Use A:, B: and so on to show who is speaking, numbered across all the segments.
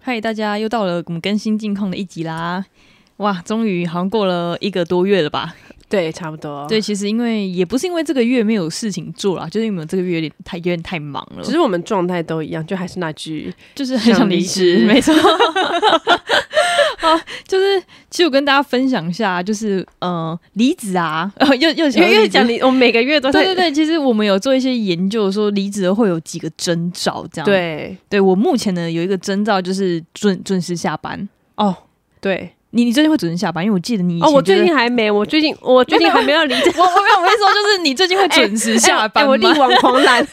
A: 嗨，大家又到了我们更新近况的一集啦！哇，终于好像过了一个多月了吧？
B: 对，差不多。
A: 对，，其实因为也不是因为这个月没有事情做啦，就是因为我们这个月有点太有点太忙了，
B: 只是我们状态都一样，就还是那 句，
A: 就是很想
B: 想
A: 离
B: 离
A: 职，
B: 职
A: 没错。 啊，就是其实我跟大家分享一下，就是呃，离职啊，呃、又又
B: 因
A: 想
B: 为因为
A: 离职
B: 讲你，我们每个月都在
A: 对对对，其实我们有做一些研究，说离职会有几个征兆，这样。，
B: 对
A: 对我目前呢有一个征兆就是准准时下班。
B: 哦对
A: 你你最近会准时下班？因为我记得你以前
B: 哦，我
A: 就是
B: 最近还没，我 最近我最近还没有离职
A: 我我没有，我跟你说，就是你最近会准时 下班
B: 哎
A: 吗？
B: 我力挽狂 澜，对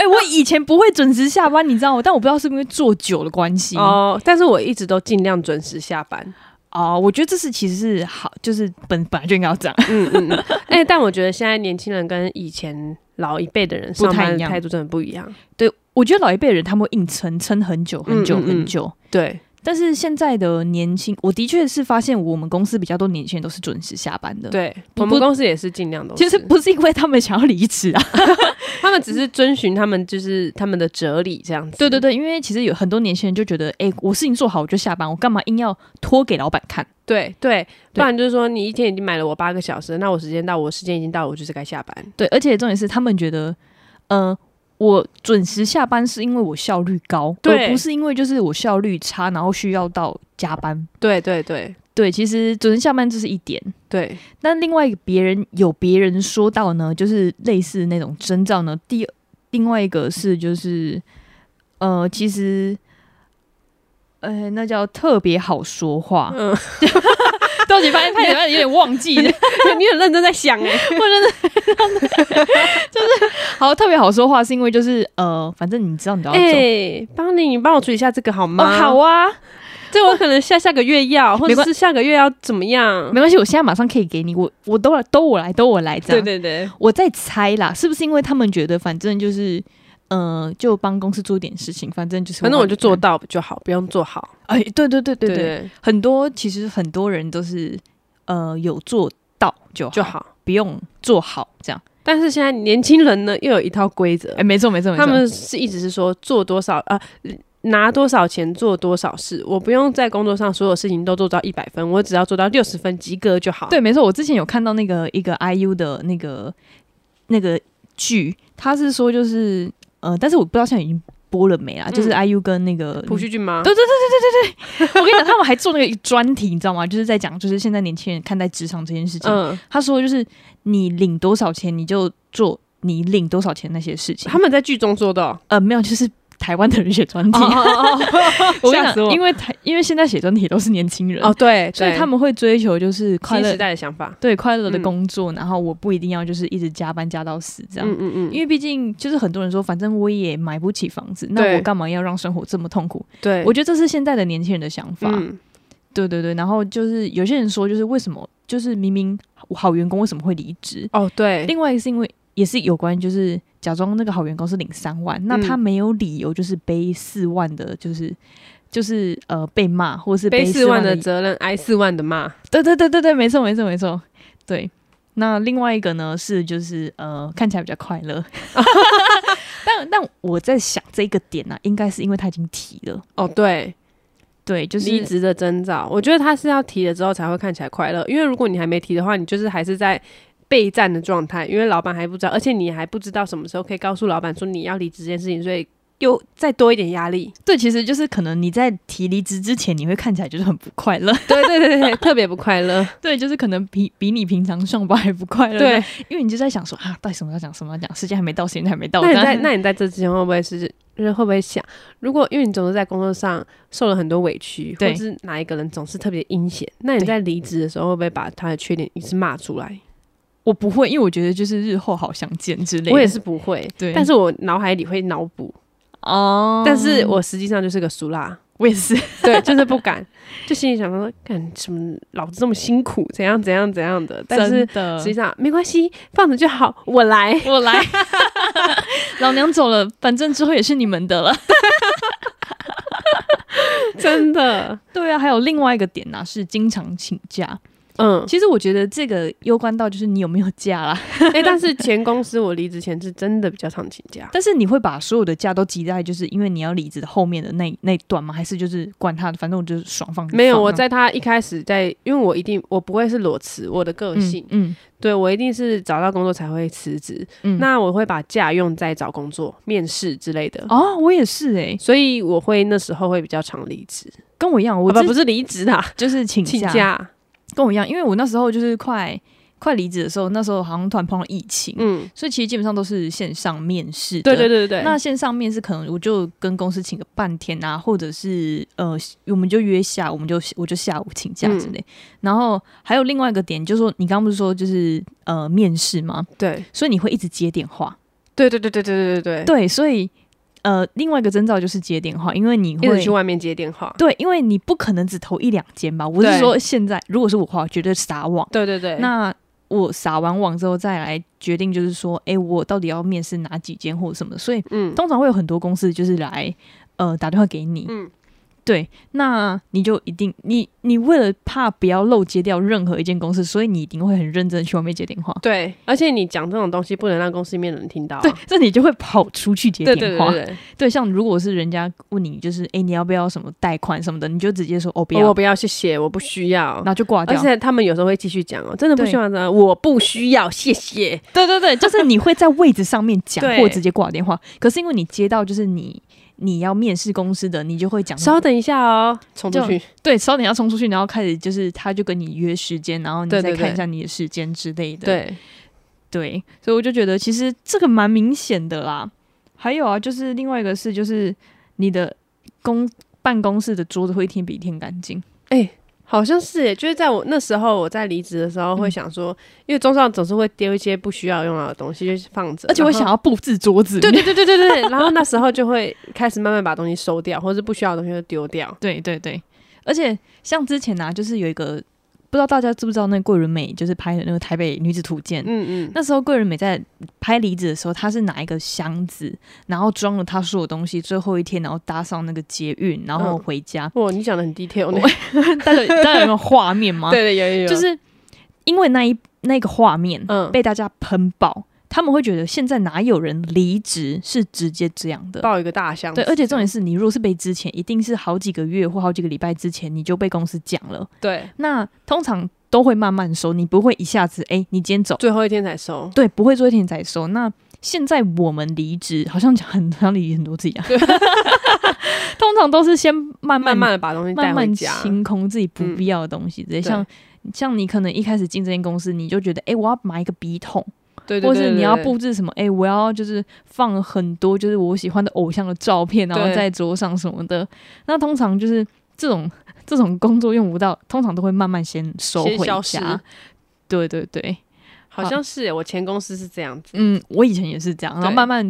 A: 哎、我以前不会准时下班，你知道我，但我不知道是不是因为做久的关系哦
B: 哦，但是我一直都尽量准时下班，
A: 我觉得这是其实是好，就是本本来就应该要这样。
B: 嗯 嗯嗯，哎，但我觉得现在年轻人跟以前老一辈的人
A: 不太
B: 上班
A: 一
B: 的
A: 样
B: 态度真的不一样，
A: 对，我觉得老一辈人他们会硬撑，撑很久很久
B: 嗯嗯嗯
A: 很久。
B: 对
A: 但是现在的年轻，我的确是发现我们公司比较多年轻人都是准时下班的。，
B: 对，
A: 不
B: 我
A: 不
B: 们公司也是尽量都
A: 其实
B: 是
A: 不是因为他们想要离职啊。
B: 他们只是遵循他们就是他们的哲理这样子，
A: 对对对，因为其实有很多年轻人就觉得，哎、我事情做好我就下班，我干嘛硬要拖给老板看？
B: 对对，不
A: 对
B: 然就是说你一天已经买了我八个小时，那我时间到，我时间已经到，我就是该下班。
A: 对，而且重点是他们觉得，呃，我准时下班是因为我效率高，
B: 对
A: 而不是因为就是我效率差，然后需要到加班。
B: 对对对
A: 对，其实准时下班这是一点，
B: 对，
A: 但另外一个别人有别人说到呢，就是类似那种征兆呢。第另外一个是就是，呃，其实，呃，那叫特别好说话。
B: 嗯，
A: 到底发现他有点忘记 了，
B: 你很认真在想哎、
A: 我真的就是好特别好说话，是因为就是呃，反正你知道你都要走。
B: 哎、帮你你帮我处理一下这个好
A: 哦，
B: 吗？
A: 好，啊，
B: 这我可能下下个月 要，或
A: 没
B: 者
A: 关
B: 是下个月要怎么样？
A: 没关系，我现在马上可以给你，我我都来，都我来，都我来，这
B: 对
A: 样。
B: 对对，
A: 我在猜啦，是不是因为他们觉得反正就是，呃，就帮公司做点事情，反正就是，
B: 反正我就做。到就好，不用做好。
A: 哎，对对对对对，
B: 对，
A: 很多其实很多人都是，呃，有做到就好
B: 就好。
A: 不用做好这样。
B: 但是现在年轻人呢，又有一套规则
A: 哎，，没错没错没错，
B: 他们是一直是说做多少啊、呃拿多少钱做多少事，我不用在工作上所有事情都做到一百分，我只要做到六十分及格就好。
A: 对，没错，我之前有看到那个一个 IU 的那个那个剧，他是说就是呃，但是我不知道现在已经播了没啦，就是
B: 嗯
A: IU 跟那个
B: 朴叙俊吗？
A: 对 我跟你讲，他们还做那个专题，你知道吗？就是在讲就是现在年轻人看待职场这件事情。
B: 嗯，
A: 他说就是你领多少钱，你就做你领多少钱那些事情
B: 他。们在剧中做的哦、
A: 呃，没有，就是台湾的人写专题。
B: 哦 哦
A: 我跟你
B: 吓死
A: 讲，
B: 我！
A: 因为台因为现在写专题都是年轻人，
B: 哦，对，
A: 所以
B: 对
A: 他们会追求就是快
B: 新
A: 乐
B: 时代的想法，
A: 对快乐的
B: 嗯
A: 工作，然后我不一定要就是一直加班加到死这样，
B: 嗯嗯嗯，
A: 因为毕竟就是很多人说，反正我也买不起房子，那
B: 对
A: 我干嘛要让生活这么痛苦？
B: 对，
A: 我觉得这是现在的年轻人的想法，
B: 嗯
A: 对对对。然后就是有些人说，就是为什么就是明明好员工为什么会离职？
B: 哦对，
A: 另外一个是因为也是有关，就是假装那个好员工是领三万，那
B: 嗯
A: 他没有理由就是背四万的，就是。就是呃被骂，或是
B: 背
A: 四
B: 四万的
A: 的
B: 责任，挨四万的骂，
A: 对对对对对，没错没错没错，对。那另外一个呢是就是呃看起来比较快乐， 但但我在想这个点呢、应该是因为他已经提了，
B: 哦对，
A: 对，就是
B: 离职的征兆，我觉得他是要提了之后才会看起来快乐，因为如果你还没提的话，你就是还是在备战的状态，因为老板还不知道，而且你还不知道什么时候可以告诉老板说你要离职这件事情，所以又再多一点压力。
A: 对，其实就是可能你在提离职之前，你会看起来就是很不快乐，
B: 对对对对，特别不快乐。
A: 对，就是可能比比你平常上班还不快乐，
B: 对，，
A: 因为你就在想说啊，到底什么要讲什么要讲，时间还没到，时间还没到，
B: 那你
A: 这
B: 在
A: 样
B: 那你在这之前会不会是？就是会不会想，如果因为你总是在工作上受了很多委屈，
A: 对
B: 或是哪一个人总是特别阴险，那你
A: 对
B: 在离职的时候会不会把他的缺点一直骂出来？
A: 我不会，因为我觉得就是日后好相见之类的，
B: 我也是不会，
A: 对
B: 但是我脑海里会脑补，
A: 哦，
B: 但是我实际上就是个 俗辣，
A: 我也是，
B: 对，就是不敢，就心里想说，干什么，老子这么辛苦，怎样怎样怎样的，但是
A: 真的
B: 实际上没关系，放着就好，我 来。
A: 我来，老娘走了，反正之后也是你们的了。
B: 真的，
A: 对啊，还有另外一个点呢、啊，是经常请假。
B: 嗯，
A: 其实我觉得这个攸关到就是你有没有假啦，
B: 哎、但是前公司我离职前是真的比较常请 假，
A: 但是你会把所有的假都挤在就是因为你要离职的后面的那那一段吗？还是就是管他的，反正我就是爽啊放就放
B: 没有，
A: 那
B: 我
A: 种
B: 在他一开始在，因为我一定我不会是裸辞，我的个性，
A: 嗯嗯
B: 对我一定是找到工作才会辞职。
A: 嗯
B: 那我会把假用在找工作、面试之类的，
A: 哦，我也是哎、
B: 所以我会那时候会比较常离职，
A: 跟我一样，我
B: 我
A: 这
B: 不不是离职啊，
A: 就是请
B: 请
A: 假，
B: 假，
A: 跟我一样，因为我那时候就是快快离职的时候，那时候好像突然碰到疫情，
B: 嗯，
A: 所以其实基本上都是线上面试的。
B: 对对对对对，
A: 那线上面试可能我就跟公司请个半天啊，或者是呃，我们就约下，我们就我就下午请假
B: 嗯
A: 之类。然后还有另外一个点，就是说你刚刚不是说就是呃面试吗？
B: 对
A: 所以你会一直接电话，
B: 对对对对对对对
A: 对，所以呃另外一个征兆就是接电话，因为你
B: 一直去
A: 会。
B: 外面接电话，
A: 对，因为你不可能只投一两间吧？我是
B: 对
A: 说，现在如果是我的话，我绝对撒网。
B: 对对对，
A: 那我撒完网之后再来决定，就是说，诶，我到底要面试哪几间或者什么，所以
B: 嗯
A: 通常会有很多公司就是来呃打电话给你，
B: 嗯，
A: 对，那你就一定你你为了怕不要漏接掉任何一间公司，所以你一定会很认真地去外面接电话，
B: 对，而且你讲这种东西不能让公司里面的人听到啊、
A: 对，这你就会跑出去接
B: 对
A: 电话，
B: 对对对
A: 对像如果是人家问你就是诶，你要不要什么贷款什么的，你就直接说哦不
B: 对，
A: 要，
B: 我不要谢谢，我不需要
A: 然。后就挂
B: 而
A: 掉，
B: 且他们有时候会继续讲哦，真的不
A: 对
B: 需要的，我不需要，谢谢。
A: 对对对，就是你会在位置上面讲
B: 对
A: 或直接挂电话，可是因为你接到就是你你要面试公司的，你就会讲
B: 稍等一下哦，冲出
A: 就
B: 去。
A: 对，稍等要冲出去，然后开始就是他就跟你约时间，然后你
B: 对
A: 再
B: 对
A: 看一
B: 对
A: 下你的时间之类的。
B: 对，
A: 对所以我就觉得其实这个蛮明显的啦。还有啊，就是另外一个是就是你的公办公室的桌子会一天比一天干净。
B: 好像是耶，就是在我那时候我在离职的时候会想说，因为桌上总是会丢一些不需要用到的东西，就是放着，
A: 而且我
B: 然后
A: 想。要布置桌子，
B: 对对对对对对，然后那时候就会开始慢慢把东西收掉，或者是不需要的东西就丢掉。
A: 对对对，而且像之前啊，就是有一个不知道大家知不知道那个桂纶镁就是拍的那个《台北女子图鉴》
B: 嗯嗯，
A: 那时候桂纶镁在拍离子的时候，她是拿一个箱子，然后装了她所有东西，最后一天然后搭上那个捷运，然后
B: 嗯
A: 回家。
B: 哇，你讲的很 detail 呢。
A: 大家大家有没有画面吗？
B: 对，对有有有，
A: 就是因为那一那个画面
B: 嗯
A: 被大家喷爆，他们会觉得现在哪有人离职是直接这样的。
B: 抱一个大箱子。
A: 对，而且重点是你如果是被之前，一定是好几个月或好几个礼拜之前你就被公司讲了。
B: 对，
A: 那通常都会慢慢收，你不会一下子哎、你今天走，
B: 最后一天才收。
A: 对，不会做一天才收。那现在我们离职，好像讲很好像离很多次一样， 通常都是先慢慢
B: 慢慢的把东西带
A: 慢
B: 回
A: 慢
B: 家。嗯
A: 清空自己不必要的东西，直接、像像你可能一开始进这间公司，你就觉得哎、诶我要买一个笔筒，
B: 对，对
A: 或是你要，
B: 对对对
A: 布置什么，哎、我要就是放很多就是我喜欢的偶像的照片，然后
B: 对
A: 在桌上什么的。那通常就是这种这种工作用不到，通常都会慢慢先收
B: 先
A: 回
B: 消失
A: 家。对对对，
B: 好像是耶我前公司是这样子。
A: 嗯，我以前也是这样，然后
B: 对
A: 慢慢，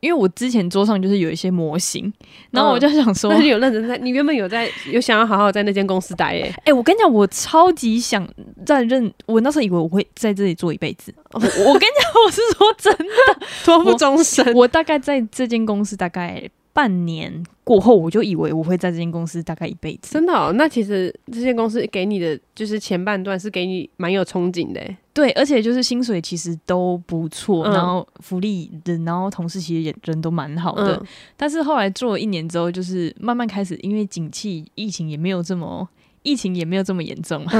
A: 因为我之前桌上就是有一些模型，然后我
B: 嗯
A: 就想说，
B: 那
A: 哎、
B: 你有认真在？你原本有在有想要好好在那间公司 待耶？
A: 我跟你讲，我超级想在认，我那时候以为我会在这里做一辈 子，我我跟你讲，我是说真的，
B: 托付终身。
A: 我大概在这间公司大概半年过后，我就以为我会在这间公司大概一辈子，
B: 真的、哦？那其实这些公司给你的就是前半段是给你蛮有憧憬的耶，
A: 对，而且就是薪水其实都不错，
B: 嗯
A: 然后福利人，然后同事其实也人都蛮好的，
B: 嗯，
A: 但是后来做了一年之后，就是慢慢开始，因为景气疫情也没有这么。疫情也没有这么严 重嘛，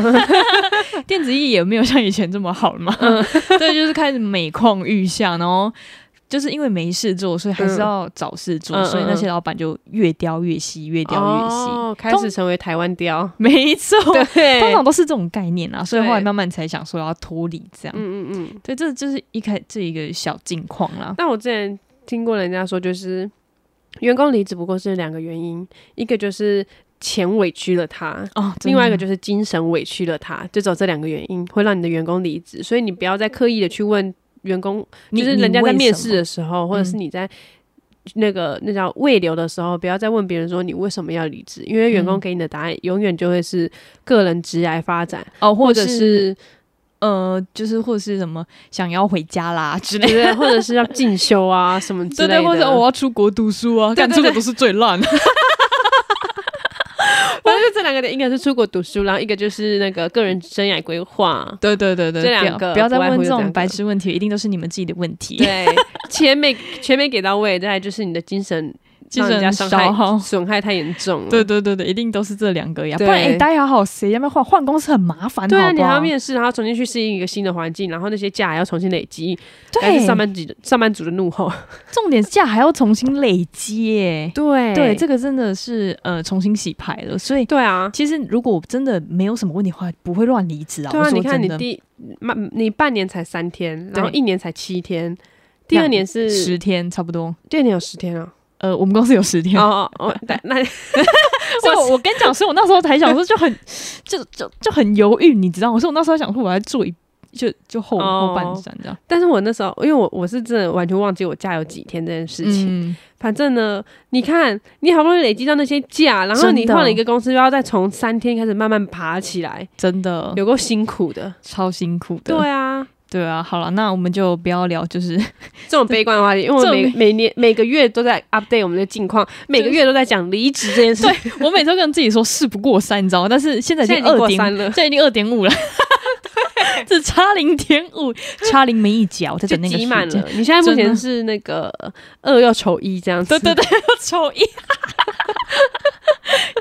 A: 电子业也没有像以前这么好了嘛，
B: 嗯
A: 对，就是开始每况愈下，然后就是因为没事做，所以还是要找事做，
B: 嗯嗯
A: 所以那些老板就越雕越细，越雕越细，
B: 哦，开
A: 通
B: 始成为台湾雕，
A: 没错，
B: 对
A: 通常都是这种概念啊，所以
B: 对
A: 后来慢慢才想说要脱离这样，
B: 嗯嗯嗯。
A: 对，这就是一开这一个小境况啦，
B: 但我之前听过人家说，就是员工离职不过是两个原因，一个就是钱委屈了他。
A: 哦，
B: 另外一个
A: 就
B: 就是精神委屈了他，就走这两个原因会让你的员工离职，所以你不要再刻意的去问员工就是人家在面试的时候，或者是
A: 嗯
B: 你在那个那叫未留的时候，不要再问别人说你为什么要离职，因为员工
A: 嗯
B: 给你的答案永远就会是个人职涯发展，
A: 哦，或
B: 或
A: 者
B: 者
A: 是
B: 是
A: 呃，就是或是什么想要回家啦之类
B: 对
A: 的，
B: 对，或者是要进修啊什么之
A: 对
B: 类
A: 对，
B: 的，
A: 或者我要出国读书啊，
B: 对
A: 干
B: 对
A: 出国
B: 对
A: 读书最烂。我
B: 这两个点，一个是出国读书，然后一个就是那个个人生涯规划。
A: 对对对对，
B: 这两
A: 不要
B: 个
A: 不要再
B: 不外乎
A: 问
B: 就
A: 这
B: 这两
A: 种
B: 个
A: 白痴问题，一定都是你们自己的问题。
B: 对，钱没钱没给到位，再来就是你的精神
A: 精
B: 让人
A: 神
B: 家伤
A: 消耗
B: 害。嗯损害太严重了。
A: 对对对对，一定都是这两个呀，不
B: 对
A: 然哎，大家要好谁要不要换换公司很麻烦，
B: 对啊，
A: 好不
B: 你还
A: 好
B: 要面试，然后重新去适应一个新的环境，然后那些假还要重新累积，还
A: 对
B: 是上班族上班族的怒吼。
A: 重点假还要重新累积耶。
B: 对
A: 对，这个真的是呃重新洗牌了，所以
B: 对啊，
A: 其实如果真的没有什么问题的话，不会乱离职啊。
B: 对
A: 我
B: 啊，
A: 说
B: 你看
A: 真
B: 你
A: 的
B: 第慢你半年才三天，然后
A: 对
B: 一年才七天，第二
A: 两
B: 年是
A: 十天差不多，
B: 第二年有十 天啊。
A: 呃，我们公司有十天。
B: 哦哦，哦那那
A: 所以我我跟你讲，所以我那时候才想说就很 就就就很犹豫，你知道吗？所以我那时候想说我要做一就就后、后半
B: 哦
A: 站这样。
B: 但是我那时候，因为我我是真的完全忘记我假有几天这件事情。
A: 嗯，
B: 反正呢，你看，你好不容易累积到那些假，然后
A: 真
B: 你
A: 的
B: 换了一个公司，又要再从三天开始慢慢爬起来，
A: 真的
B: 有够辛苦的。
A: 超辛苦的。
B: 哦对啊，
A: 对啊，好了，那我们就不要聊， 就是
B: 这种悲观的话题，因为我
A: 这
B: 们
A: 种
B: 每每年每个月都在 update 我们的近况，每个月都在讲离职这件 事。
A: 对我每周跟自己说事不过三，你知道吗？但是现在已经
B: 现在已经
A: 二
B: 过
A: 点，
B: 三了
A: 现，在已经二点五 了，只差零点五， 差临门一脚，在
B: 就
A: 等那个
B: 挤
A: 时
B: 满
A: 间
B: 了。。你现在目
A: 真的
B: 前是那个呃二要求一这样子。
A: 对对对， 又丑一，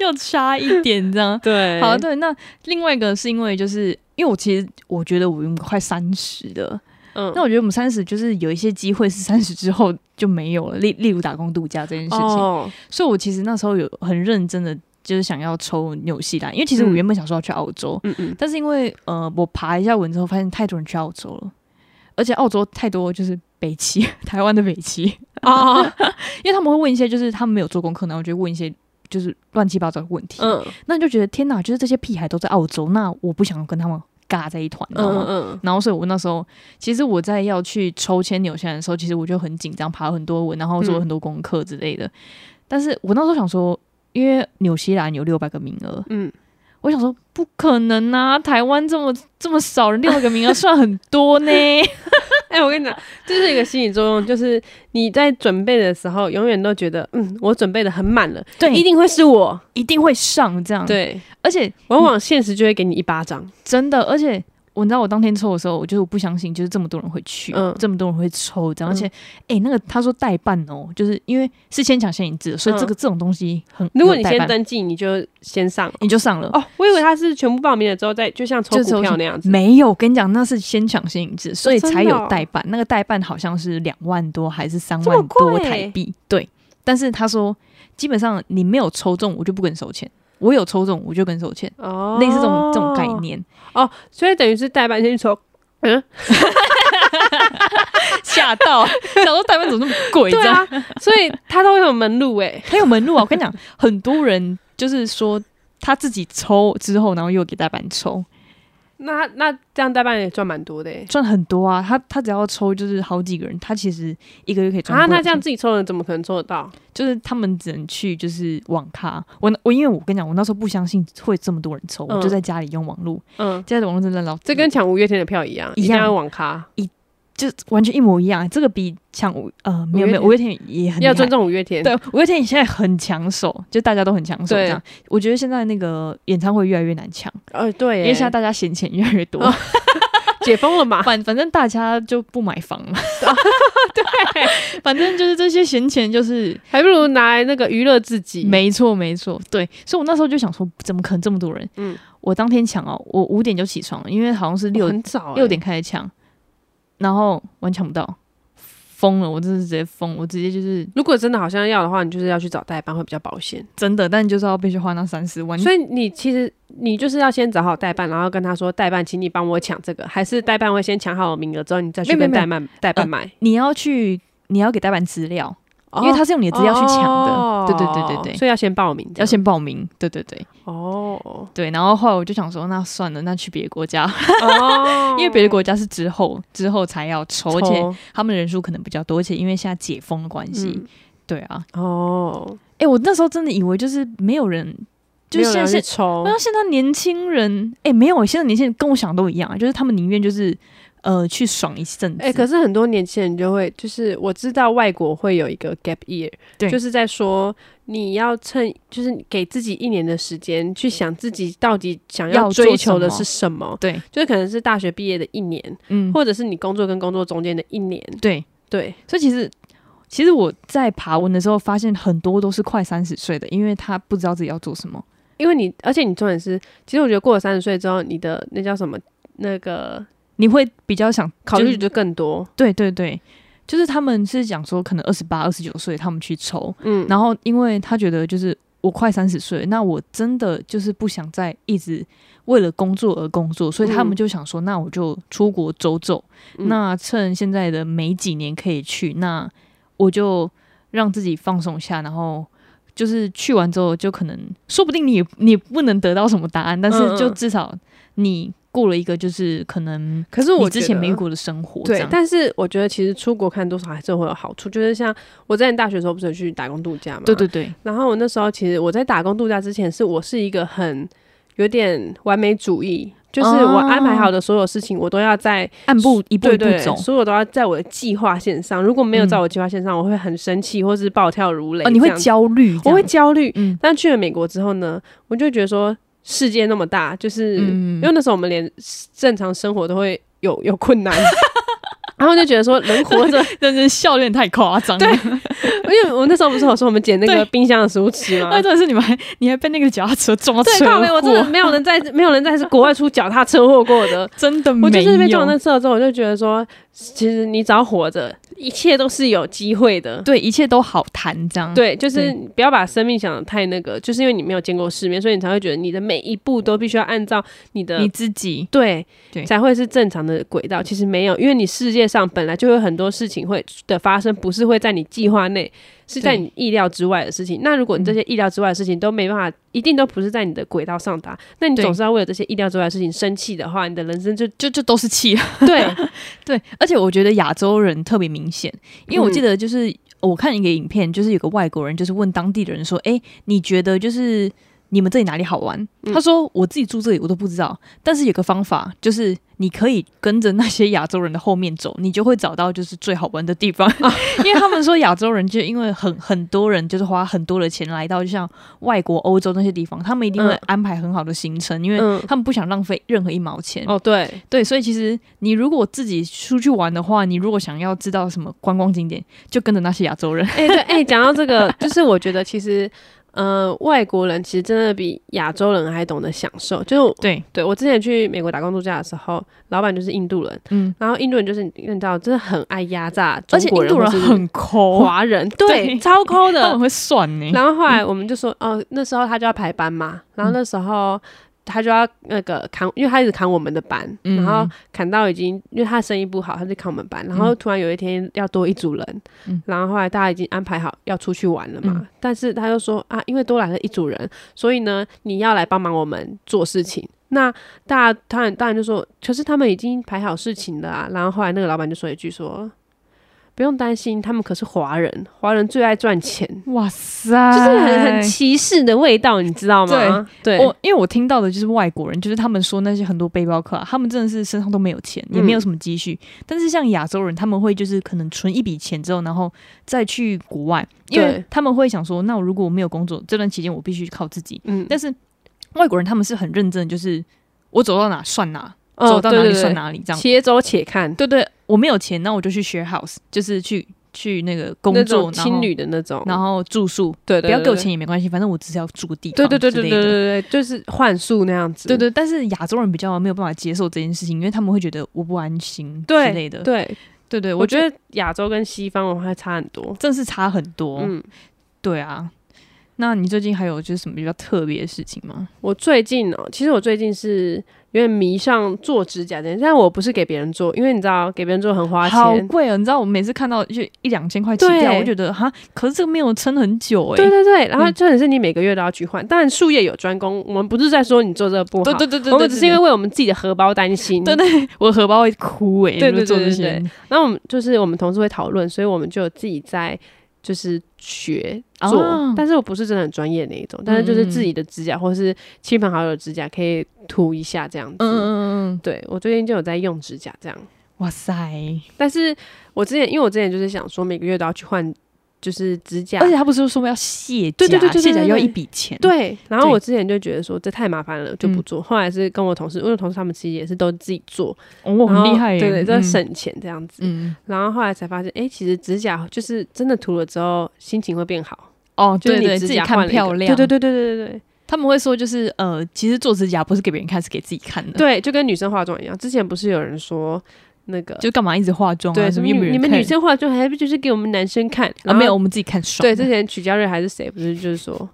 A: 又差一点这样。
B: 对，
A: 好，对，那另外一个是因为就是因为我其实我觉得我们快三十了，
B: 嗯
A: 那我觉得我们三十就是有一些机会是三十之后就没有了，例例如打工度假这件事情，
B: 哦，
A: 所以我其实那时候有很认真的就是想要抽纽西兰，因为其实我
B: 嗯
A: 原本想说要去澳洲，
B: 嗯嗯，
A: 但是因为呃我爬一下文之后发现太多人去澳洲了，而且澳洲太多就是北齐 台湾的北齐，
B: 哦，
A: 因为他们会问一些就是他们没有做功课，然后就会问一些就是乱七八糟的问题，
B: 嗯
A: 那你就觉得天哪，就是这些屁孩都在澳洲，那我不想跟他们尬在一团，你知道吗？
B: 嗯嗯，
A: 然后，所以我那时候，其实我在要去抽签纽西兰的时候，其实我就很紧张，爬了很多文，然后做了
B: 嗯
A: 很多功课之类的。但是我那时候想说，因为纽西兰有六百个名额，
B: 嗯，
A: 我想说不可能啊，台湾这么这么少人，六百个名额算很多 呢。
B: 哎、我跟你讲，这是一个心理作用，就是你在准备的时候，永远都觉得，嗯，我准备的很满了，
A: 对嗯
B: 一定会是我，
A: 一定会上这样。，
B: 对，
A: 而且
B: 往往现实就会给你一巴掌，
A: 真的，而且我你知道，我当天抽的时候，我就是我不相信，就是这么多人会去，
B: 嗯
A: 这么多人会抽这样，
B: 嗯
A: 而且，哎、那个他说代办哦，就是因为是先抢先赢制的，所以这个、这种东西很，
B: 嗯如果你
A: 有代
B: 先
A: 办
B: 登记，你就先上。
A: 你就上了。
B: 哦，我以为他是全部报名了之后再，就像抽
A: 就抽
B: 股票
A: 签
B: 那样子。
A: 没有，跟你讲，那是先抢先赢制，所以
B: 真的
A: 才有
B: 哦
A: 代办。那个代办好像是两万多还是三
B: 这么
A: 万多
B: 贵
A: 台币，对。但是他说，基本上你没有抽中，我就不跟你收钱；我有抽中，我就跟你收钱，
B: 哦，
A: 类似这种这种概，念。
B: 所以等于是代办先 去抽。嗯，
A: 吓到，想说代办怎么那么 贵？这
B: 对
A: 样。
B: 啊，所以他都会有门路哎。
A: 很有门 路啊！我跟你讲，很多人就是说他自己抽之后，然后又给代办抽，
B: 那那这样代办也赚蛮多的哎。
A: 赚很多啊。他他只要抽就是好几个人，他其实一个月可以赚不
B: 啊，
A: 了嗯
B: 那这样
A: 钱
B: 自己抽的怎么可能抽得到？
A: 就是他们只能去就是网咖。我我因为我跟你讲，我那时候不相信会这么多人抽，
B: 嗯
A: 我就在家里用网络，
B: 嗯，
A: 家里网络真的老
B: 这跟抢五月天的票一样，
A: 一
B: 一
A: 样
B: 定要网咖，
A: 就完全一模一样。这个比抢五呃没有没有五
B: 五
A: 月天也很厉害
B: 要尊重五月天。
A: 对，五月天现在很抢手，就大家都很抢手这
B: 对
A: 样。我觉得现在那个演唱会越来越难抢，
B: 呃，对耶，
A: 因为现在大家闲钱越来越多。
B: 哦解封了嘛？
A: 反反正大家就不买房嘛， 对，反正就是这些闲钱就是，
B: 还不如拿来那个娱乐自己。
A: 没错没错，对，所以我那时候就想说，怎么可能这么多人？
B: 嗯
A: 我当天抢哦，我五点就起床了，因为好像是
B: 哦
A: 六
B: 很早欸
A: 六、点开始抢，然后完抢不到，疯了，我真的是直接疯，我直接就是
B: 如果真的好像要的话，你就是要去找代办会比较保险。
A: 真的，但就是要必须花那三十万，
B: 所以你其实你就是要先找好代办，然后跟他说代办，请你帮我抢这个，还是代办会先抢好名额之后，你再去
A: 没有
B: 跟
A: 没有
B: 代办代办买，
A: 你要去你要给代办资料，
B: 哦
A: 呃因为他是用你的资料去抢的，
B: 哦
A: 对对对对对，
B: 所以要先报名，
A: 要先报名，对对对
B: 哦
A: 对，然后后来我就想说，那算了，那去别的国家。
B: 哦
A: 因为别的国家是之后之后才要抽，而且
B: 抽
A: 他们人数可能比较多，而且因为现在解封的关系，
B: 嗯
A: 对啊，
B: 哦，
A: 哎、我那时候真的以为就是没有人，就
B: 没
A: 是
B: 有人
A: 现
B: 去
A: 在。
B: 抽
A: 那现在年轻人，哎、没有，现在年轻人跟我想的都一样啊，就是他们宁愿就是呃去爽一阵子。
B: 哎、可是很多年轻人就会，就是我知道外国会有一个 gap year，
A: 对
B: 就是在说你要趁，就是给自己一年的时间去想自己到底想
A: 要
B: 要
A: 做
B: 追求的
A: 什么
B: 是什么，
A: 对，
B: 就是可能是大学毕业的一年，
A: 嗯，
B: 或者是你工作跟工作中间的一年，
A: 对，
B: 对，
A: 所以其实其实我在爬文的时候发现很多都是快三十岁的，因为他不知道自己要做什么。
B: 因为你，而且你重点是，其实我觉得过了三十岁之后，你的那叫什么，那个
A: 你会比较想
B: 考
A: 就
B: 虑
A: 是
B: 就更多，
A: 对对对，就是他们是讲说，可能二十八、二十九岁他们去抽，
B: 嗯，
A: 然后因为他觉得就是我快三十岁，那我真的就是不想再一直为了工作而工作，所以他们
B: 嗯
A: 就想说，那我就出国走走，
B: 嗯
A: 那趁现在的没几年可以去，那我就让自己放松一下，然后。就是去完之后，就可能说不定你你不能得到什么答案，但
B: 嗯
A: 是
B: 嗯
A: 就至少你过了一个就是可能
B: 可是
A: 你
B: 我
A: 之前没
B: 过。
A: 遇过的生活这
B: 对
A: 样，，
B: 但是我觉得其实出国看多少还是会有好处，就是像我之前大学的时候不是有去打工度假嘛，
A: 对对。对，
B: 然后我那时候其实我在打工度假之前，是我是一个很有点完美主义，就是
A: 哦
B: 我安排好的所有事情，我都要在
A: 按部一步
B: 对
A: 一步
B: 对，
A: 走。
B: 所有都要在我的计划线上。如果没有在
A: 嗯
B: 我计划线上，我会很生气，或是暴跳如雷。
A: 哦，你会
B: 这样子，
A: 焦虑，
B: 我会焦虑。
A: 嗯
B: 但去了美国之后呢，我就觉得说世界那么大，就是、
A: 嗯
B: 因为那时候我们连正常生活都会有 有困难，然后就觉得说人 活着，
A: 但是笑有点太夸张了。对，
B: 因为我那时候不是有说我们捡那个
A: 对哦
B: 冰箱的食物吃吗
A: 那？真的是你们还你还被那个脚踏车撞到
B: 对，
A: 车
B: 靠北，我真的
A: 祸
B: 没有人在没有人在是国外出脚踏车祸过 的。
A: 真的没有，
B: 我就是被撞那次之后，我就觉得说，其实你只要活着，一切都是有机会的。
A: 对，一切都好谈这样。，
B: 对，就是
A: 对
B: 不要把生命想的太那个，就是因为你没有见过世面，所以你才会觉得你的每一步都必须要按照你的
A: 你自己
B: 对
A: 对
B: 才会是正常的轨道。其实没有，因为你世界上本来就有很多事情会的发生，不是会在你计划内，是在
A: 对嗯
B: 你意料之外的事情。那如果你这些意料之外的事情都没办法，一定都不是在你的轨道上达，那你
A: 对
B: 总是要为了这些意料之外的事情生气的话，你的人 生就
A: 就就都是气。
B: 对
A: 对，而且我觉得亚洲人特别明显，因为我
B: 嗯
A: 记得就是、我看一个影片，就是有个外国人就是问当地人说：“哎、你觉得就是你们这里哪里好玩？”
B: 嗯
A: 他说：“我自己住这里我都不知道，但是有个方法，就是你可以跟着那些亚洲人的后面走，你就会找到就是最好玩的地方。
B: 啊
A: 因为他们说亚洲人就因为很很多人就是花很多的钱来到，就像外国、欧洲那些地方，他们一定会
B: 嗯
A: 安排很好的行程，因为
B: 嗯
A: 他们不想浪费任何一毛钱。
B: 哦对，
A: 对，所以其实你如果自己出去玩的话，你如果想要知道什么观光景点，就跟着那些亚洲人。
B: 哎、对哎，讲、到这个，就是我觉得其实。呃，外国人其实真的比亚洲人还懂得享受。就是
A: 对，
B: 对我之前去美国打工度假的时候，老板就是印度人，
A: 嗯，
B: 然后印度人就是你知道，真的很爱压榨中
A: 而且
B: 国
A: 印度人
B: 或是
A: 很抠，啊
B: 华人，对，
A: 对
B: 超抠
A: 他们
B: 的。
A: 会算呢。嗯
B: 然后后来我们就说，哦，那时候他就要排班嘛，然后那时候他就要那个扛，因为他一直扛我们的班，
A: 嗯
B: 然后扛到已经，因为他生意不好，他就扛我们班，然后
A: 嗯
B: 突然有一天要多一组人，
A: 嗯
B: 然后后来大家已经安排好要出去玩了嘛，
A: 嗯
B: 但是他就说啊，因为多来了一组人，所以呢，你要来帮忙我们做事情。那大家当然当然就说，可是他们已经排好事情了啊。然后后来那个老板就说一句说，不用担心，他们可是华人，华人最爱赚钱，
A: 哇塞，
B: 就是很很歧视的味道，你知道吗？对，
A: 我因为我听到的就是外国人，就是他们说那些很多背包客、啊，他们真的是身上都没有钱，也没
B: 嗯
A: 有什么积蓄。但是像亚洲人，他们会就是可能存一笔钱之后，然后再去国外，因为
B: 对
A: 他们会想说，那我如果我没有工作，这段期间我必须靠自己。
B: 嗯，
A: 但是外国人他们是很认真，就是我走到哪算哪，
B: 嗯
A: 走到哪里
B: 对对对
A: 算哪里这样。
B: 且走且看，
A: 对对，我没有钱，那我就去 share house，就是去去那个工
B: 那
A: 作
B: 种，
A: 然后
B: 青旅的那种，
A: 然后住宿，
B: 对，
A: 不
B: 对
A: 要给我。
B: 对
A: 钱也没关系，反正我只是要住个地方
B: 对对对
A: 之
B: 对
A: 类
B: 对对
A: 的
B: 对，对就是幻术那样子。
A: 对对，但是亚洲人比较没有办法接受这件事情，因为他们会觉得我不安心之
B: 对
A: 类的。
B: 对，
A: 对对，
B: 我
A: 我
B: 觉
A: 觉得
B: 得亚洲跟西方文化差很多。
A: 真是差很多。
B: 嗯，
A: 对啊，那你最近还有就是什么比较特别的事情吗？
B: 我最近哦，其实我最近是有点迷上做指甲这件事，但我不是给别人做，因为你知道给别人做很花
A: 好
B: 钱。
A: 贵哦！你知道我每次看到就一两千块起
B: 对
A: 跳，我就觉得哈，可是这个没有撑很久哎、
B: 对对对，然后
A: 嗯
B: 重点是你每个月都要去换，当然术业有专攻，我们不是在说你做这个不好，
A: 对对对对，
B: 我们只是因为
A: 为
B: 为我们自己的荷包担心。
A: 对对，我的荷包会哭哎、
B: 对
A: 如果
B: 对
A: 做
B: 对
A: 这
B: 对
A: 些
B: 对那我们就是我们同事会讨论，所以我们就有自己在就是学
A: 哦
B: 做，但是我不是真的很专业那一种，但是就是
A: 嗯
B: 自己的指甲或是亲朋好友的指甲可以涂一下这样子。
A: 嗯嗯嗯嗯，
B: 对我最近就有在用指甲这样，
A: 哇塞！
B: 但是我之前，因为我之前就是想说每个月都要去换，就是指甲
A: 而，且他不是说要卸甲，
B: 对对对对对
A: 卸甲
B: 对
A: 要一笔钱，
B: 对。然后
A: 对
B: 我之前就觉得说这太麻烦了，就不做。后来是跟我同事，因为我同事他们其实也是都自己做，
A: 哦，我
B: 然
A: 很
B: 后
A: 厉害耶，
B: 对对，这
A: 嗯，
B: 省钱这样子。
A: 嗯，
B: 然后后来才发现，哎、其实指甲就是真的涂了之后心情会变好，
A: 哦，
B: 就
A: 对
B: 是
A: 对，
B: 你
A: 自
B: 指
A: 己
B: 甲
A: 看
B: 换了一个
A: 漂亮，
B: 对对对对对对对
A: 他们会说就是呃，其实做指甲不是给别人看，是给自己看的，，
B: 对，就跟女生化妆一样。之前不是有人说那个
A: 就干嘛一直化妆啊？
B: 对
A: 什么
B: 你
A: 又没有
B: 你
A: 人
B: 们
A: 看
B: 女生化妆还不就是给我们男生看？
A: 啊
B: 然后
A: 没有，我们自己看爽，
B: 对，之前曲家瑞还是谁，不是就 是说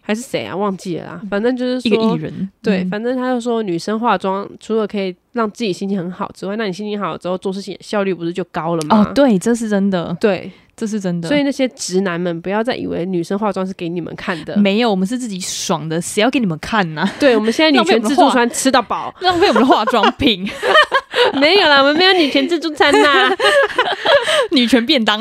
B: 还是谁啊，忘记了啦。反正就是
A: 嗯一个艺
B: 说，
A: 人，
B: 对，
A: 嗯
B: 反正他就说女生化妆除了可以让自己心情很好之外，那你心情好了之后做事情效率不是就高了吗？
A: 哦，对，这是真的，
B: 对
A: 这是真的，
B: 所以那些直男们不要再以为女生化妆是给你们看的。
A: 没有，我们是自己爽的，谁要给你们看呢？
B: 对，我们现在女
A: 浪费我
B: 权
A: 们的
B: 自助
A: 话
B: 餐吃到饱，
A: 浪费我们的化妆品，
B: 没有啦，我们没有女权自助餐呐、
A: 女权便当，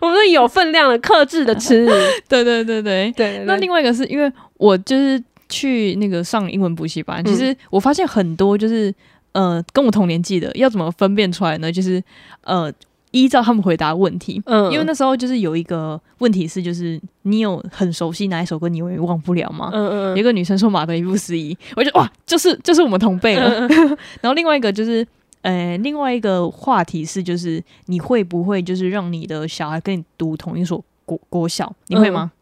B: 我们是有分量的、克制的吃。
A: 对对对对。
B: 对
A: 那另外一个是因为我就是去那个上英文补习班，
B: 嗯
A: 其实我发现很多就是呃跟我同年纪的，要怎么分辨出来呢？就是呃依照他们回答问题，
B: 嗯
A: 因为那时候就是有一个问题是，就是你有很熟悉哪一首歌，你永远忘不了吗？
B: 嗯
A: 有一
B: 嗯
A: 个女生说马德里不思议，我就哇，就是就是我们同辈了。然后另外一个就是，呃，另外一个话题是，就是你会不会就是让你的小孩跟你读同一所国国小？你会吗？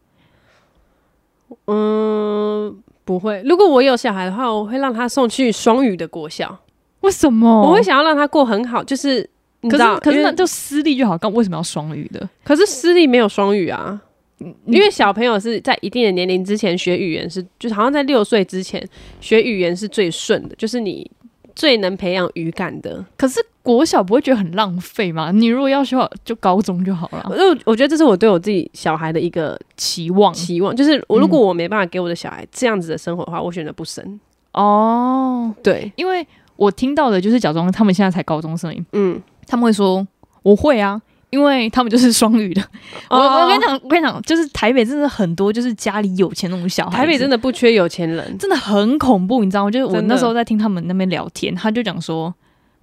B: 嗯，不会。如果我有小孩的话，我会让他送去双语的国小，
A: 为什么
B: 我会想要让他过很好，哦就是你
A: 可
B: 知道，
A: 是可是
B: 因为
A: 那就私立就好，干为什么要双语的？
B: 可是私立没有双语啊。
A: 你
B: 因为小朋友是在一定的年龄之前学语言是，就是好像在六岁之前学语言是最顺的，就是你最能培养语感的。
A: 可是国小不会觉得很浪费吗？你如果要学好，就高中就好了。
B: 我我觉得这哦是我对我自己小孩的一个
A: 期望
B: 期望，就是
A: 嗯
B: 我如果我没办法给我的小孩这样子的生活的话，我选择不生。
A: 哦，
B: 对，
A: 因为我听到的就是假装他们现在才高中生，
B: 嗯，
A: 他们会说我会啊，因为他们就是双语的。我我跟你讲，我跟你讲，就是台北真的很多，就是家里有钱那种小哦孩子，
B: 台北真的不缺有钱人，
A: 真的很恐怖，你知道吗？就是我
B: 真的
A: 那时候在听他们那边聊天，他就讲说，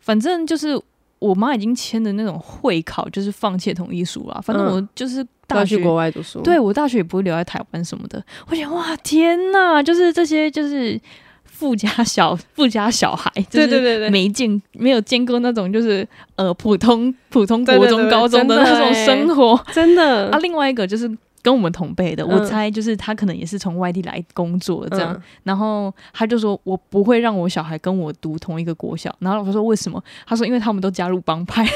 A: 反正就是我妈已经签的那种会考，就是放弃同意书啊啦。反正
B: 嗯
A: 我就是
B: 都要
A: 大学
B: 去国外读书。
A: 对我大学也不会留在台湾什么的。我想，哇，天呐，就是这些就是富家小 富家小孩，就是
B: 对对对对
A: 没见没有见过那种就是呃普通普通
B: 对对
A: 国
B: 对
A: 中
B: 对
A: 高中的
B: 真的
A: 那种
B: 欸
A: 生活。
B: 真的
A: 啊，，另外一个就是跟我们同辈的，我
B: 嗯
A: 猜就是他可能也是从外地来工作这样，
B: 嗯
A: 然后他就说我不会让我小孩跟我读同一个国小，然后我说为什么？他说因为他们都加入帮派。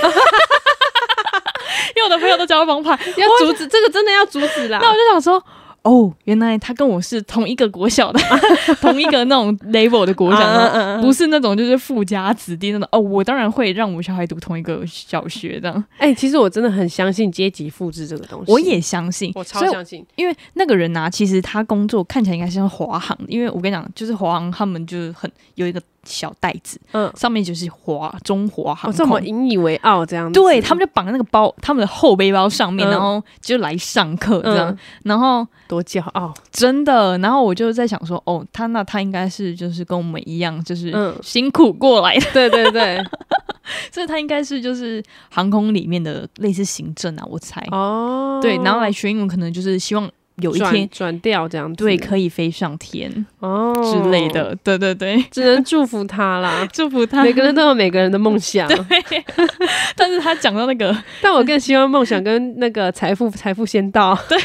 A: 因为我的朋友都加入帮派，
B: 要阻止这个真的要阻止啦。
A: 那我就想说，哦，原来他跟我是同一个国小的， 同一个那种 level 的 国小的，
B: 想
A: 不是那种就是富家子弟那种。哦，我当然会让我小孩读同一个小学这样，
B: 哎，其实我真的很相信阶级复制这个东西，
A: 我也相信。
B: 我超
A: 所以
B: 相信。
A: 因为那个人啊，其实他工作看起来应该像华航，因为我跟你讲，就是华航他们就是很有一个小袋子，
B: 嗯，
A: 上面就是华中华
B: 我
A: 航
B: 这么
A: 空。
B: 引以为傲这样子，
A: 哦对他们就绑在那个包，他们的后背包上面，
B: 嗯
A: 然后就来上课这样。
B: 嗯
A: 然后
B: 多骄傲。
A: 真的，然后我就在想说，哦，他那他应该是就是跟我们一样，就是
B: 嗯，
A: 辛苦过来的，
B: 对对对，
A: 所以他应该是就是航空里面的类似行政啊，我猜。
B: 哦，
A: 对，然后来学英文，可能就是希望有一
B: 转
A: 天
B: 转调这样子，
A: 对可以飞上天
B: 哦
A: 之类，的。对对对， 。
B: 只能祝福他啦
A: 祝福他。
B: 每个人都有每个人的梦想，
A: 但是他讲到那个，
B: 但我更希望梦想跟那个财富财富先到。
A: 对，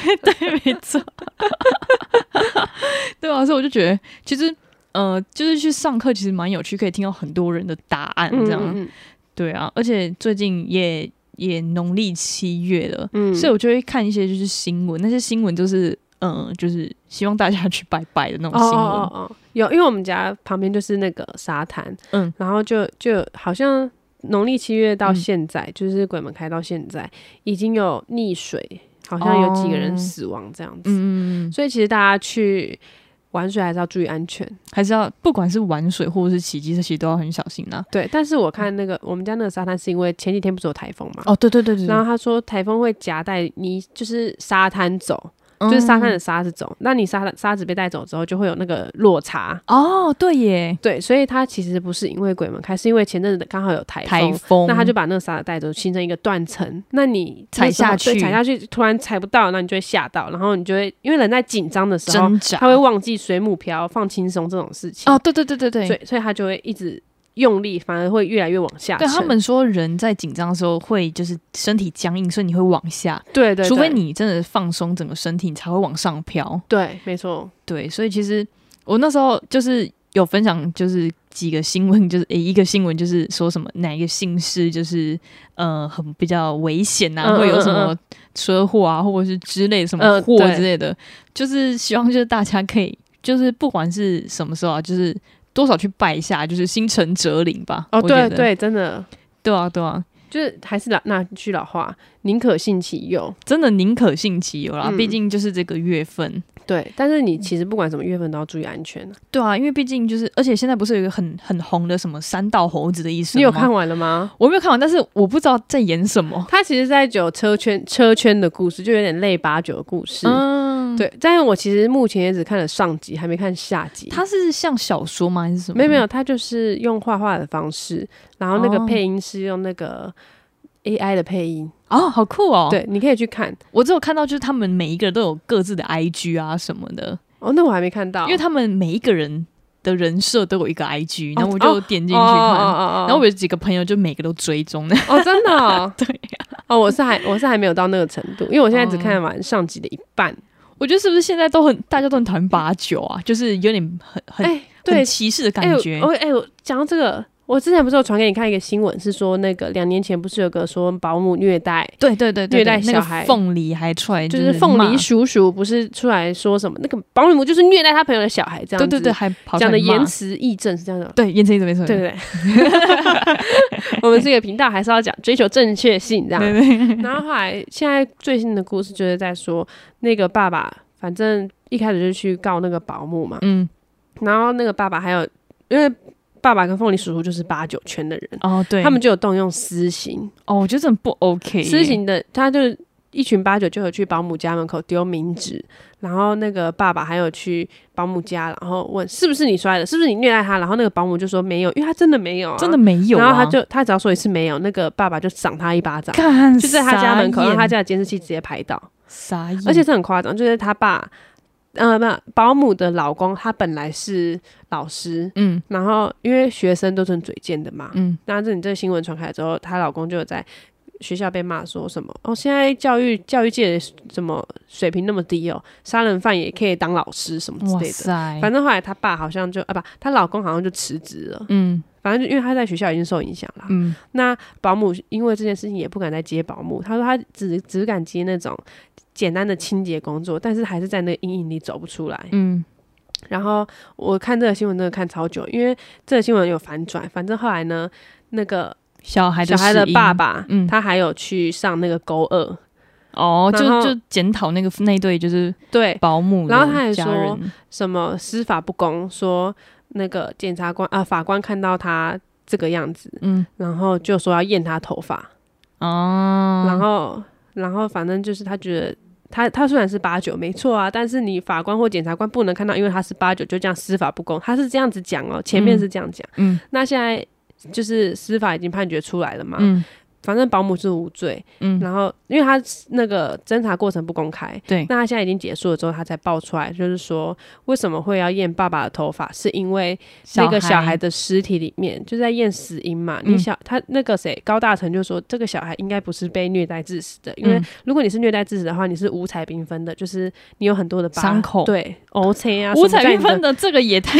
A: 没错， 对啊，所以我就觉得其实。呃，就是去上课其实蛮有趣，可以听到很多人的答案这样。
B: 嗯
A: 对啊，而且最近也也农历七月了，
B: 嗯
A: 所以我就会看一些就是新闻，那些新闻就是嗯、呃就是希望大家去拜拜的那种
B: 哦
A: 新闻。
B: 哦哦哦，有，因为我们家旁边就是那个沙滩，
A: 嗯
B: 嗯，然后就就好像农历七月到
A: 嗯
B: 现在，就是鬼门开到现在，已经有溺水，好像有几个人
A: 哦
B: 死亡这样子，
A: 嗯嗯嗯，
B: 所以其实大家去玩水还是要注意安全。
A: 还是要不管是玩水或者是骑机车，其实都要很小心啊啦、
B: 对，但是我看那个我们家那个沙滩是因为前几天不是有台风嘛，
A: 哦，对对对对
B: 然后他说台风会夹带泥，就是沙滩走，就是沙滩
A: 嗯
B: 的沙子走。那你沙沙子被带走之后，就会有那个落差。
A: 哦，对耶，
B: 对，所以它其实不是因为鬼门开，是因为前阵子刚好有台
A: 台
B: 风，
A: 风，
B: 那它就把那个沙子带走，形成一个断层。那你
A: 踩
B: 那时候
A: 下
B: 对
A: 去
B: 踩下去突然踩不到，那你就会吓到，然后你就会因为人在紧张的时候，
A: 挣扎，
B: 他会忘记水母漂、放轻松这种事情。
A: 哦，对对对对对，
B: 所以所以他就会一直用力，反而会越来越往下
A: 对
B: 沉。
A: 他们说，人在紧张的时候会就是身体僵硬，所以你会往下，
B: 对对对
A: 除非你真的放松整个身体，你才会往上飘。
B: 对，没错，
A: 对，所以其实我那时候就是有分享，就是几个新闻，就是、诶一个新闻就是说什么哪一个姓氏就是呃很比较危险啊，
B: 嗯
A: 会有什
B: 嗯嗯
A: 么车祸啊，或者是之类什么
B: 嗯
A: 祸
B: 对
A: 之类的，就是希望就是大家可以就是不管是什么时候啊，就是多少去拜一下，就是心诚则灵吧。
B: 哦，
A: 我觉
B: 对
A: 得
B: 对，真的
A: 对啊对啊，
B: 就是还是老那句老话，宁可信其有。
A: 真的宁可信其有啦，
B: 嗯
A: 毕竟就是这个月份。
B: 对，但是你其实不管什么月份都要注意安全、啊、
A: 对啊，因为毕竟就是，而且现在不是有一个很很红的什么三道猴子的医生，
B: 你有看？完了吗？
A: 我没有看完，但是我不知道在演什么。
B: 他其实在讲车圈车圈的故事，就有点类八九的故事。
A: 嗯，
B: 对，但是我其实目前也只看了上集，还没看下集。
A: 它是像小说吗？还是什么？
B: 没有没有，他就是用画画的方式，然后那个
A: 哦
B: 配音是用那个 AI 的配音。
A: 哦，好酷哦！，
B: 对，你可以去看。
A: 我只有看到就是他们每一个人都有各自的 IG 啊什么的，
B: 哦，那我还没看到，
A: 因为他们每一个人的人设都有一个 IG，
B: 哦
A: 然后我就点
B: 进
A: 进去看。
B: 然
A: 然后我有几个朋友就每个都追踪 的，
B: 哦，真的、
A: ，
B: 哦
A: 对
B: 哦，我是还我是还没有到那个程度，因为我现在只
A: 哦
B: 看完上集的一半。
A: 我觉得是不是现在都很大家都很讨厌八九啊，就是有点很很
B: 哎、对
A: 很，歧视的
B: 哎
A: 感觉
B: 我。哎、我讲到这个，我之前不是有传给你看一个新闻，是说那个两年前不是有个说保姆虐待，
A: 对对对对，
B: 虐待
A: 对那
B: 小
A: 个
B: 孩
A: 凤梨还出来
B: 就是是凤
A: 骂
B: 梨，叔叔不是出来说什么那个保姆就是虐待他朋友的小孩这样
A: 对
B: 子，
A: 对对，，还跑出来
B: 讲的
A: 骂
B: 言，辞义正是这样的。
A: 对言辞一直没错，
B: 对对 对，我们这个频道还是要讲追求正确性这样。
A: 对对，
B: 然后后来现在最新的故事就是在说那个爸爸，反正一开始就去告那个保姆嘛，
A: 嗯，
B: 然后那个爸爸还有因为爸爸跟凤梨叔叔就是八九圈的人，
A: 哦对，
B: 他们就有动用私刑，
A: 哦，我觉得这很不 OK，耶
B: 私刑的他就一群八九就有去保姆家门口丢冥纸，然后那个爸爸还有去保姆家，然后问是不是你摔的，是不是你虐待他，然后那个保姆就说没有，因为他真的没有、啊，
A: 真的。没有啊，
B: 然后他就他只要说一次没有，那个爸爸就赏他一巴掌，
A: 干，
B: 就在他家门口，
A: 傻
B: 让
A: 眼嗯
B: 他家的监视器直接拍到。
A: 傻眼，
B: 而且是很夸张，就是他爸，呃，不，保姆的老公，他本来是老师，
A: 嗯
B: 然后因为学生都是很嘴贱的嘛，
A: 嗯，
B: 那这你这个新闻传开之后，她老公就有在学校被骂说什么哦，现在教育教育界的怎么水平那么低哦，杀人犯也可以当老师什么之
A: 哇
B: 类的。
A: 塞，
B: 反正后来她爸好像就啊不，她老公好像就辞职了。
A: 嗯
B: 反正就因为他在学校已经受影响了，
A: 嗯
B: 那保姆因为这件事情也不敢再接保姆，他说他只只敢接那种简单的清洁工作，但是还是在那个阴影里走不出来。
A: 嗯，
B: 然后我看这个新闻真的看超久，因为这个新闻有反转，反正后来呢，那个
A: 小孩
B: 小孩的
A: 死因
B: 爸爸，
A: 嗯
B: 他还有去上那个勾二，
A: 哦，就
B: 然后
A: 就检讨那个那对就是
B: 对，
A: 保姆的
B: 然后他还
A: 家
B: 说
A: 人，
B: 什么司法不公，说那个检察官啊、法官看到他这个样子，
A: 嗯
B: 然后就说要验他头发，
A: 哦，
B: 然后然后反正就是他觉得。他他虽然是八九没错啊，但是你法官或检察官不能看到，因为他是八九就这样司法不公，他是这样子讲哦，前面
A: 嗯
B: 是这样讲，
A: 嗯
B: 那现在就是司法已经判决出来了嘛，
A: 嗯
B: 反正保姆是无罪，
A: 嗯，
B: 然后因为他那个侦查过程不公开，
A: 对
B: 那他现在已经结束了之后，他才爆出来，就是说为什么会要验爸爸的头发，是因为那个小孩的尸体里面就在验死因嘛。
A: 嗯
B: 你小他那个谁高大成就说，这个小孩应该不是被虐待致死的，因为
A: 嗯
B: 如果你是虐待致死的话，你是五彩缤纷的，就是你有很多的疤
A: 伤口
B: 对，O C 啊，
A: 五彩缤
B: 什么在
A: 纷
B: 你
A: 的这个也太，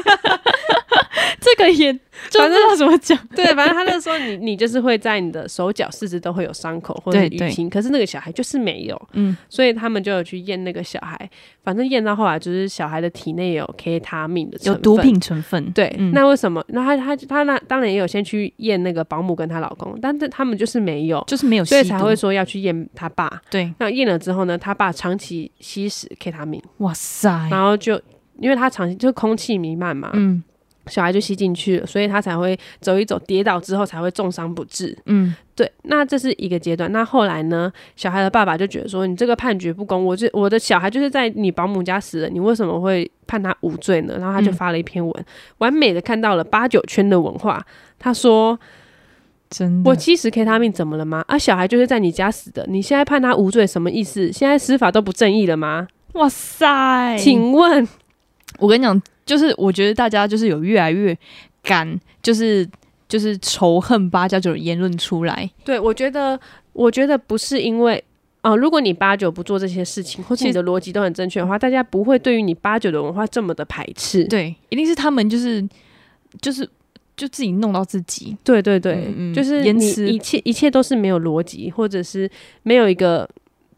A: 这个也 就
B: 反
A: 不知道怎么讲。
B: 的， 对，反正他那时候你你就是会在你的手脚、四肢都会有伤口或者
A: 对对
B: 淤青，可是那个小孩就是没有。
A: 嗯，
B: 所以他们就有去验那个小孩，反正验到后来就是小孩的体内有 K 他命的成
A: 有
B: 分
A: 毒。品成分。
B: 对，
A: 嗯
B: 那为什么？那他他他那当然也有先去验那个保姆跟她老公，但是他们就是没有，
A: 就是没有吸
B: 所
A: 毒，
B: 以才会说要去验他爸。
A: 对。
B: 那验了之后呢，他爸长期吸食 K 他命，
A: 哇塞，
B: 然后就因为他长期就是空气弥漫嘛，
A: 嗯，
B: 小孩就吸进去了，所以他才会走一走，跌倒之后才会重伤不治。
A: 嗯
B: 对，那这是一个阶段。那后来呢？小孩的爸爸就觉得说，你这个判决不公，我这我的小孩就是在你保姆家死了，你为什么会判他无罪呢？然后他就
A: 嗯
B: 发了一篇文，完美的看到了八九圈的文化。他说：“
A: 真的
B: 我七十 K 他命怎么了吗？啊，小孩就是在你家死的，你现在判他无罪什么意思？现在司法都不正义了吗？
A: 哇塞，
B: 请问，
A: 我跟你讲，就是我觉得大家就是有越来越敢，就是就是仇恨八加九的言论出来，
B: 对我觉得，我觉得不是因为。”啊、如果你八九不做这些事情，或者
A: 其
B: 你
A: 实
B: 的逻辑都很正确的话，大家不会对于你八九的文化这么的排斥。
A: 对，一定是他们就是就是就自己弄到自己，
B: 对对对，
A: 嗯嗯
B: 就是
A: 延
B: 你
A: 迟
B: 一切一切都是没有逻辑，或者是没有一个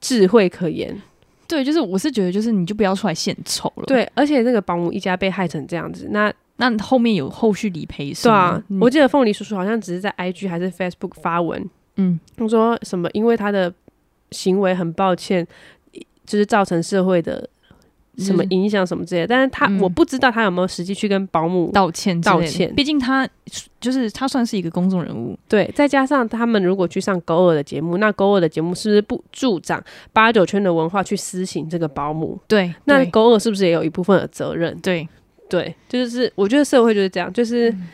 B: 智慧可言。
A: 对，就是我是觉得就是你就不要出来献丑了，，
B: 对，而且那个保姆一家被害成这样子，那
A: 那后面有后续理赔是
B: 对啊
A: 吗？，嗯
B: 我记得凤梨叔叔好像只是在 IG 还是 Facebook 发文，
A: 嗯
B: 他说什么因为他的行为很抱歉，就是造成社会的什么
A: 嗯
B: 影响什么之类的，但是他、
A: 嗯
B: 我不知道他有没有实际去跟保姆
A: 道歉之类的
B: 道歉
A: 毕竟他就是他算是一个公众人物，
B: 对，再加上他们如果去上狗耳的节目，那狗耳的节目是不是不助长八九圈的文化去施行这个保姆？
A: 对，
B: 那
A: 对
B: 狗耳是不是也有一部分的责任？
A: 对
B: 对，就是我觉得社会就是这样，就是
A: 嗯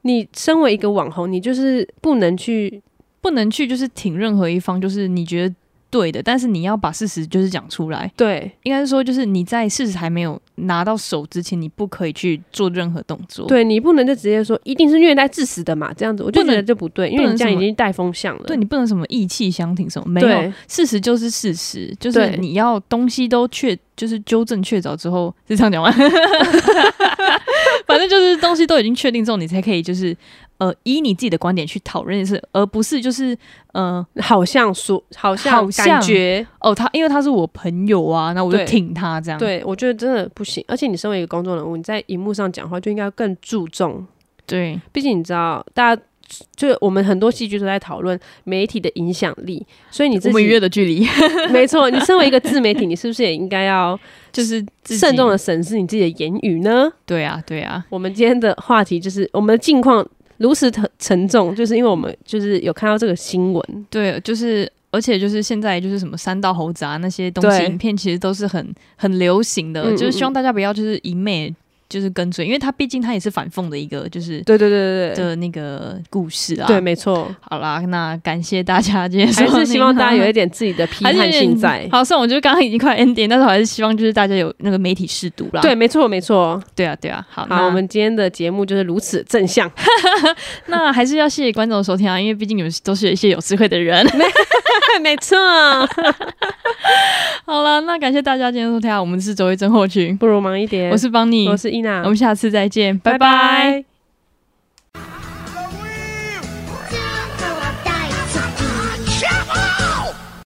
B: 你身为一个网红，你就是不能去
A: 不能去就是挺任何一方，就是你觉得对的，但是你要把事实就是讲出来。
B: 对
A: 应该是说，就是你在事实还没有拿到手之前，你不可以去做任何动作。，
B: 对，你不能就直接说一定是虐待致死的嘛，这样子我就
A: 不
B: 觉
A: 能
B: 得就不对，因为
A: 不
B: 你
A: 能
B: 这样已
A: 什么
B: 经带风向了。
A: 对你不能什么意气相挺什么，没有
B: 对
A: 事实就是事实，就是
B: 对
A: 你要东西都确，就是纠正确凿之后，是这样 讲吗？反正就是东西都已经确定之后，你才可以就是呃，依你自己的观点去讨论是，而不是就是呃，
B: 好像说好像
A: 好
B: 感
A: 像
B: 觉，
A: 哦，他因为他是我朋友啊，那我就
B: 对
A: 挺他这样。，
B: 对我觉得真的不行。而且你身为一个公众人物，你在荧幕上讲话就应该更注重
A: 对，
B: 毕竟你知道，大家就我们很多戏剧都在讨论媒体的影响力，所以你
A: 我
B: 自
A: 们
B: 己
A: 约的距 离
B: 没错，你身为一个自媒体，你是不是也应该 要
A: 就是自己
B: 慎重的。审视你自己的言语呢？
A: 对啊，对啊，
B: 我们今天的话题就是我们的近况如此沉沉重，就是因为我们就是有看到这个新闻，
A: 对，就是而且就是现在就是什么三道猴子啊那些东西
B: 对
A: 影片，其实都是很很流行的，
B: 嗯
A: 就是
B: 嗯
A: 希望大家不要就是一昧就是跟随，因为它毕竟它也是反讽的一个就是
B: 对对对对对。
A: 的那个故事啊。
B: 对，，没错，
A: 好啦，那感谢大家今天收
B: 还
A: 听啊，
B: 是希望大家有一点自己的 批
A: 还是有
B: 判
A: 点
B: 性在。
A: 好，虽然我觉得刚刚已经快 ending，但是我还是希望就是大家有那个媒体适度啦。
B: 对，没错，没错。
A: 对啊，对啊。好，
B: 好，
A: 那
B: 我们今天的节目就是如此正向。
A: 那还是要谢谢观众的收听啊，因为毕竟你们都是一些有智慧的人。
B: 没错，
A: 好了，那感谢大家今天的收听啊，我们是周一真获群，
B: 不如忙一点。
A: 我是邦尼，
B: 我是伊娜，
A: 我们下次再见，拜
B: 拜
A: 拜
B: 拜